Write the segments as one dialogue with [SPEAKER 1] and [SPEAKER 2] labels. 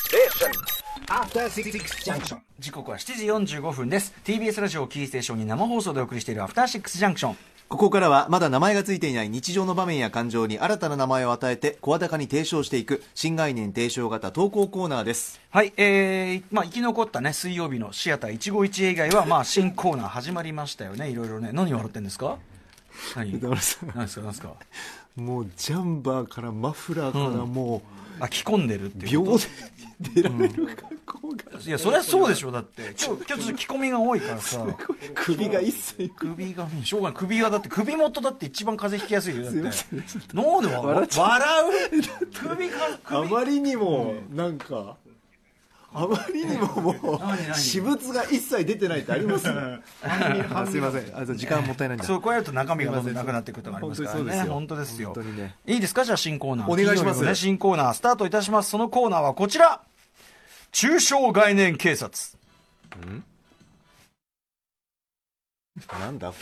[SPEAKER 1] Station.
[SPEAKER 2] After Six Junction.
[SPEAKER 3] 時刻は7時45分です TBS ラジオをキーステーションに生放送でお送りしているアフターシックスジャンクション
[SPEAKER 4] ここからはまだ名前がついていない日常の場面や感情に新たな名前を与えて声高に提唱していく新概念提唱型投稿コーナーです
[SPEAKER 3] はい、えー、まあ生き残ったね水曜日のシアター一期一会以外はまあ新コーナー始まりましたよねいろいろね何笑ってんですか何何
[SPEAKER 4] 歌丸さん
[SPEAKER 3] ですか何ですか
[SPEAKER 4] もうジャンバーからマフラーからも
[SPEAKER 3] あ着込んでるって
[SPEAKER 4] う
[SPEAKER 3] いう
[SPEAKER 4] 秒
[SPEAKER 3] こ
[SPEAKER 4] で出られる格好が、
[SPEAKER 3] といやそりゃそうでしょだって今日今日ちょっと着込みが多いからさ
[SPEAKER 4] 首が一切
[SPEAKER 3] 首がしょうがない首がだって首元だって一番風邪ひきやすいよだって
[SPEAKER 4] ません
[SPEAKER 3] 脳で笑
[SPEAKER 4] 笑
[SPEAKER 3] う
[SPEAKER 4] っ
[SPEAKER 3] 笑う首が
[SPEAKER 4] あ
[SPEAKER 3] 首
[SPEAKER 4] まりにもなんか、あまりにもも
[SPEAKER 3] 何何
[SPEAKER 4] う私物が一切出てないってあります あすいませんあ時間もったいないんだ
[SPEAKER 3] そうこうやると中身がどんどんなくなっていくことがありますからね。本
[SPEAKER 4] 本
[SPEAKER 3] 当
[SPEAKER 4] 当
[SPEAKER 3] で
[SPEAKER 4] ですす
[SPEAKER 3] よ。
[SPEAKER 4] よ本当にね
[SPEAKER 3] いいですかじゃあ新コーナー。
[SPEAKER 4] お願いしま
[SPEAKER 3] 金曜日
[SPEAKER 4] す
[SPEAKER 3] のね、新コーナースタートいたします。そのコーナーはこちら中小概念警察。
[SPEAKER 4] なんだこ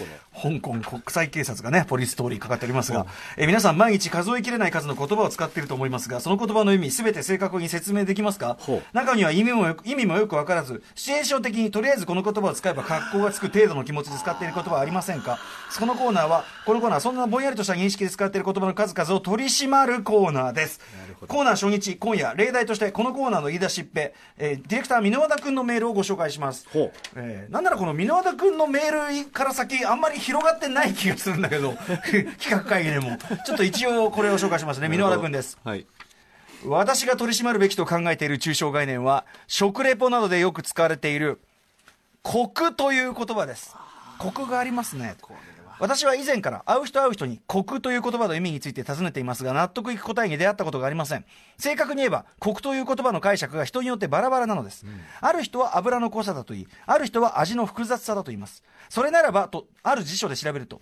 [SPEAKER 3] 香
[SPEAKER 4] の
[SPEAKER 3] 港国際警察がね、ポリストーリーかかっておりますが、えー皆さん毎日数えきれない数の言葉を使っていると思いますが、その言葉の意味、すべて正確に説明できますか
[SPEAKER 4] ほう
[SPEAKER 3] 中には意味もよく、意味もよくわからず、シチュエーション的にとりあえずこの言葉を使えば格好がつく程度の気持ちで使っている言葉はありませんかそのコーナーは、このコーナーはそんなぼんやりとした認識で使っている言葉の数々を取り締まるコーナーです。コーナー初日、今夜、例題としてこのコーナーの言い出しっぺ、えーディレクター、箕輪田くんのメールをご紹介します。
[SPEAKER 4] ほう
[SPEAKER 3] えーなんならこの箕輪田君のメールから先あんまり広がってない気がするんだけど 企画会議でもちょっと一応これを紹介しますね箕輪田君です
[SPEAKER 4] はい
[SPEAKER 3] 私が取り締まるべきと考えている抽象概念は食レポなどでよく使われている「コク」という言葉ですコクがありますね私は以前から会う人会う人に「コク」という言葉の意味について尋ねていますが納得いく答えに出会ったことがありません正確に言えば「コク」という言葉の解釈が人によってバラバラなのです、ある人は油の濃さだと言いある人は味の複雑さだと言いますそれならばとある辞書で調べると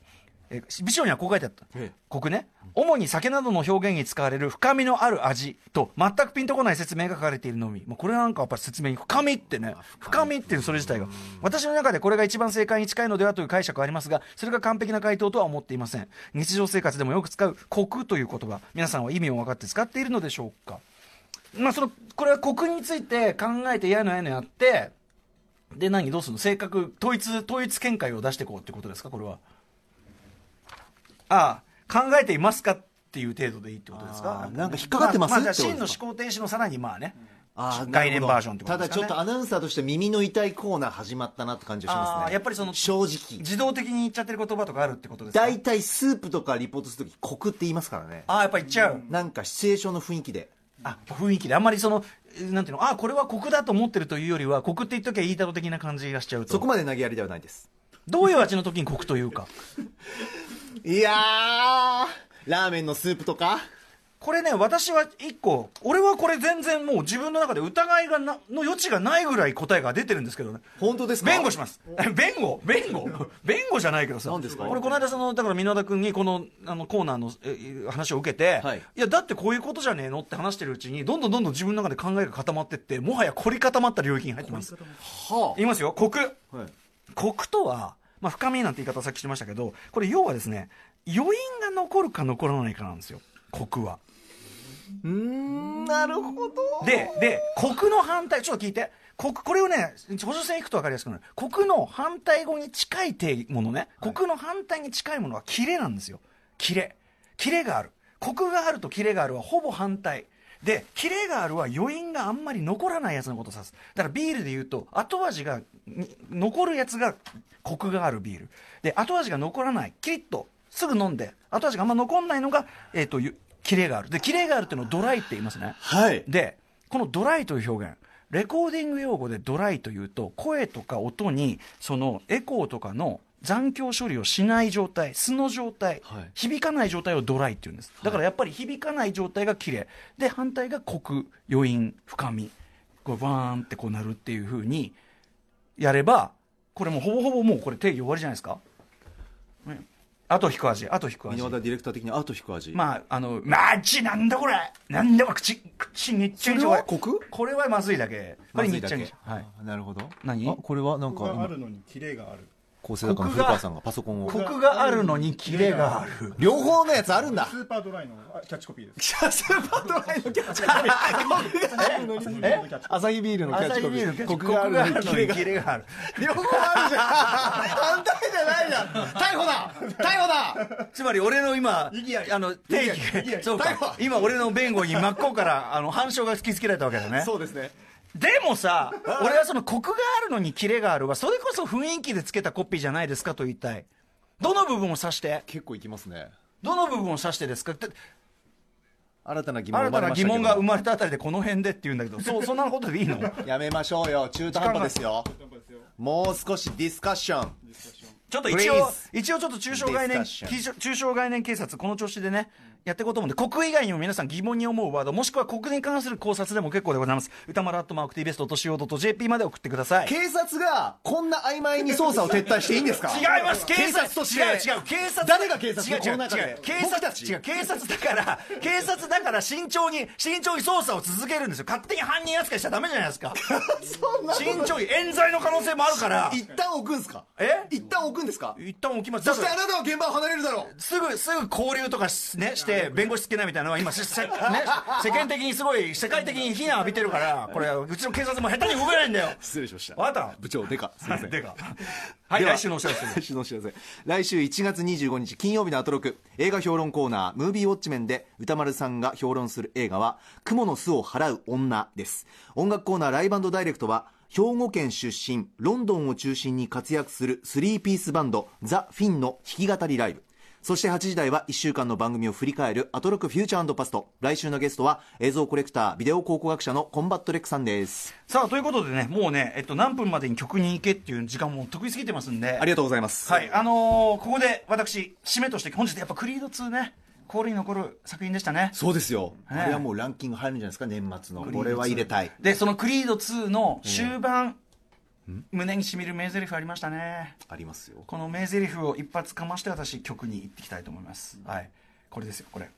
[SPEAKER 3] えー美少にはこう書いてあった
[SPEAKER 4] ええ。
[SPEAKER 3] コクね。主に酒などの表現に使われる深みのある味と全くピンとこない説明が書かれているのみ。もうこれなんかやっぱり説明に深みってね。深みっていうそれ自体が。私の中でこれが一番正解に近いのではという解釈はありますが、それが完璧な回答とは思っていません。日常生活でもよく使うコクという言葉。皆さんは意味を分かって使っているのでしょうかまあその、これはコクについて考えて嫌の嫌のやって、で何どうするの性格統一統一見解を出していこうってことですかこれはああ考えていますかっていう程度でいいってことです
[SPEAKER 4] あ
[SPEAKER 3] か
[SPEAKER 4] あなんか引っかかってます
[SPEAKER 3] ああじゃあ
[SPEAKER 4] ってこと
[SPEAKER 3] 真
[SPEAKER 4] で
[SPEAKER 3] の
[SPEAKER 4] すか
[SPEAKER 3] 思考停止のさらにまあね
[SPEAKER 4] あー
[SPEAKER 3] 概念
[SPEAKER 4] なるほど
[SPEAKER 3] バージョンってこと
[SPEAKER 4] た
[SPEAKER 3] で
[SPEAKER 4] だ
[SPEAKER 3] すかね
[SPEAKER 4] ちょっとアナウンサーとして耳の痛いコーナー始まったなって感じがします
[SPEAKER 3] あ
[SPEAKER 4] ね
[SPEAKER 3] ーやっぱりその
[SPEAKER 4] 正直
[SPEAKER 3] 自動的に言っちゃってる言葉とかあるってことですか
[SPEAKER 4] 大体スープとかリポートするときコクって言いますからね
[SPEAKER 3] ああやっぱ言っちゃう、
[SPEAKER 4] なんかシチュエーションの雰囲気で
[SPEAKER 3] あ雰囲気であんまりそのなんていうのああこれはコクだと思ってるというよりはコクって言っときゃいいだろう的な感じがしちゃうと
[SPEAKER 4] そこまで投げやりではないです
[SPEAKER 3] どういう味の時にコクというか
[SPEAKER 4] いやーラーメンのスープとか
[SPEAKER 3] これね私は一個俺はこれ全然もう自分の中で疑いがなの余地がないぐらい答えが出てるんですけどね
[SPEAKER 4] 本当ですか
[SPEAKER 3] 弁護します弁護弁護弁護じゃないけどさ
[SPEAKER 4] 何ですか
[SPEAKER 3] 俺この間そのだから箕輪田君にこのあのコーナーのえ話を受けて、
[SPEAKER 4] はいい、
[SPEAKER 3] やだってこういうことじゃねえのって話してるうちにどんどんどんどん自分の中で考えが固まってってもはや凝り固まった領域に入ってます
[SPEAKER 4] は
[SPEAKER 3] 言いますよコク
[SPEAKER 4] あ、はい、
[SPEAKER 3] コクとは、まあ、深みなんて言い方をさっきしてましたけどこれ要はですね余韻が残るか残らないかなんですよコクは
[SPEAKER 4] うーんなるほど
[SPEAKER 3] で、で、国の反対、ちょっと聞いて。国、これをね、補助線いくと分かりやすくなる。国の反対語に近い定義ものね。国の反対に近いものはキレなんですよ。キレ。キレがある。国があるとキレがあるはほぼ反対。で、キレがあるは余韻があんまり残らないやつのことを指す。だからビールで言うと、後味が、に残るやつが、コクがあるビール。で、後味が残らない。キリッと、すぐ飲んで、後味があんま残んないのが、えっ、と、ゆキレがある。で、キレがあるっていうのをドライって言いますね。
[SPEAKER 4] はい
[SPEAKER 3] で、このドライという表現、レコーディング用語でドライというと、声とか音に、そのエコーとかの残響処理をしない状態、素の状態、
[SPEAKER 4] はい
[SPEAKER 3] 響かない状態をドライって言うんです。だからやっぱり響かない状態が綺麗で、反対がコク、余韻、深み、こうバーンってこうなるっていう風にやれば、これもうほぼほぼもうこれ定義終わりじゃないですか。ねあと引く味、あと引く味。
[SPEAKER 4] 箕輪田ディレクター的にアと引く味
[SPEAKER 3] まあ、あの、マジなんだこれなんだこれ口、口にっちゃい
[SPEAKER 4] それはコク
[SPEAKER 3] これはまずいだけ。こ
[SPEAKER 4] ま
[SPEAKER 3] れ
[SPEAKER 4] ず
[SPEAKER 3] に
[SPEAKER 4] い
[SPEAKER 3] っ
[SPEAKER 4] だ
[SPEAKER 3] ちゃい
[SPEAKER 4] け
[SPEAKER 3] はい。
[SPEAKER 4] あーなるほど
[SPEAKER 3] 何
[SPEAKER 4] あこれはなん
[SPEAKER 5] コク
[SPEAKER 4] か
[SPEAKER 5] があ
[SPEAKER 4] 今
[SPEAKER 5] るのにキレがある
[SPEAKER 4] 構成作家の古川さんがパソコンを
[SPEAKER 3] コクがあるのにキレがあ る。
[SPEAKER 4] 両方のやつあるんだ
[SPEAKER 1] スーパードライのあキャッチコピーです。
[SPEAKER 4] キャスパードライのキャッチコピーえアサヒビールのキャッ
[SPEAKER 3] 朝
[SPEAKER 4] チ
[SPEAKER 3] 日
[SPEAKER 4] コピ
[SPEAKER 3] ビー
[SPEAKER 4] ー
[SPEAKER 3] ル、コクがあるのにキレがある。
[SPEAKER 4] 両方あるじゃん反対じゃないじゃん逮捕だ逮捕だ
[SPEAKER 3] つまり俺の今、あの、定
[SPEAKER 1] 意義あ
[SPEAKER 3] 義、
[SPEAKER 1] り
[SPEAKER 3] そうか、今俺の弁護に真っ向から、あの、反証が突きつけられたわけだね。
[SPEAKER 4] そうですね
[SPEAKER 3] でもさ、俺はそのコクがあるのにキレがあるは、それこそ雰囲気でつけたコピーじゃないですかと言いたい。どの部分を指して
[SPEAKER 4] 結構いきますね
[SPEAKER 3] どの部分を指してですかって
[SPEAKER 4] 新たな疑問
[SPEAKER 3] 新たな疑問が生
[SPEAKER 4] う
[SPEAKER 3] まれたあたりでこの辺でって言うんだけ ど、そうそんなことでいいの
[SPEAKER 4] やめましょうよ中途半端ですよ
[SPEAKER 1] やっぱですよ
[SPEAKER 4] もう少しディスカッション
[SPEAKER 1] ディスカッション
[SPEAKER 3] ちょっと一応
[SPEAKER 4] Please、
[SPEAKER 3] 一応ちょっと中小概念、
[SPEAKER 4] Discussion
[SPEAKER 3] き中小概念警察、この調子でね、やっていこうと思うんで、国以外にも皆さん疑問に思うワード、もしくは国に関する考察でも結構でございます。歌丸アットマーク TBS.CO.JP まで送ってください。
[SPEAKER 4] 警察がこんな曖昧に捜査を撤退していいんですか
[SPEAKER 3] 違います警察
[SPEAKER 4] として
[SPEAKER 3] 違う違う警察
[SPEAKER 4] 誰が警察
[SPEAKER 3] 違う違う
[SPEAKER 4] この中で
[SPEAKER 3] 違う警
[SPEAKER 4] 僕
[SPEAKER 3] 察
[SPEAKER 4] たち
[SPEAKER 3] 違う警察だから警察だから慎重に慎重に捜査を続けるんですよ勝手に犯人扱いしちゃダメじゃないですか
[SPEAKER 4] そんなこと
[SPEAKER 3] 慎重に冤罪の可能性もあるから
[SPEAKER 4] 一旦置くんですか
[SPEAKER 3] え
[SPEAKER 4] 一旦置くんですか
[SPEAKER 3] 一旦起きます
[SPEAKER 4] そしてあなたは現場を離れるだろう
[SPEAKER 3] すぐ、すぐ交流とかしね、して、弁護士つけないみたいなのは今、せ せね、世間的にすごい、世界的に非難浴びてるから、これ、うちの警察も下手に動けないんだ よ。
[SPEAKER 4] 失礼しました
[SPEAKER 3] わかった
[SPEAKER 4] 部長デカすいません
[SPEAKER 3] で か。はい、
[SPEAKER 4] では
[SPEAKER 3] 来週のお知らせです
[SPEAKER 4] 来週のお知らせ来週1月25日金曜日のアトロク映画評論コーナー「ムービーウォッチメン」で歌丸さんが評論する映画は「雲の巣を払う女」です音楽コーナー「ライブダイレクト」は兵庫県出身ロンドンを中心に活躍するスリーピースバンドザ・フィンの弾き語りライブそして8時台は1週間の番組を振り返る「アトロクフューチャーパスト」来週のゲストは映像コレクタービデオ考古学者のコンバットレックさんです
[SPEAKER 3] さあ、ということでね、もうね、えっと、何分までに曲に行けっていう時間も得意すぎてますんで。
[SPEAKER 4] ありがとうございます
[SPEAKER 3] はい、あのーここで私、締めとして、本日やっぱクリード2ね、心に残る作品でしたね。
[SPEAKER 4] そうですよ、
[SPEAKER 3] え
[SPEAKER 4] あれはもうランキング入るんじゃないですか年末の
[SPEAKER 3] クリード
[SPEAKER 4] これは入れたい
[SPEAKER 3] で、そのクリード2の終盤、胸にしみる名台詞ありましたね。
[SPEAKER 4] ありますよ
[SPEAKER 3] この名台詞を一発かまして私曲に行ってきたいと思います、はいこれですよこれ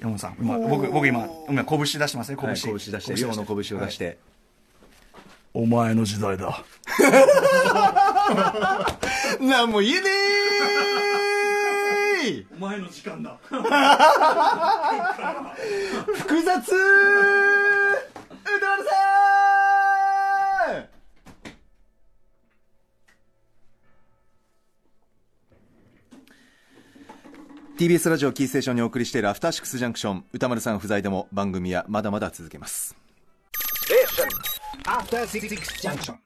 [SPEAKER 3] 山本さん今僕僕今今拳出してますね拳、
[SPEAKER 4] はい拳出して量の拳を出して、
[SPEAKER 3] お前の時代だ
[SPEAKER 4] なんも言えねえ
[SPEAKER 3] お前の時間だ
[SPEAKER 4] 複雑歌丸さんラジオキーステーションにお送りしているアフターシックスジャンクション歌丸さん不在でも番組はまだまだ続けます
[SPEAKER 2] After Six Junction.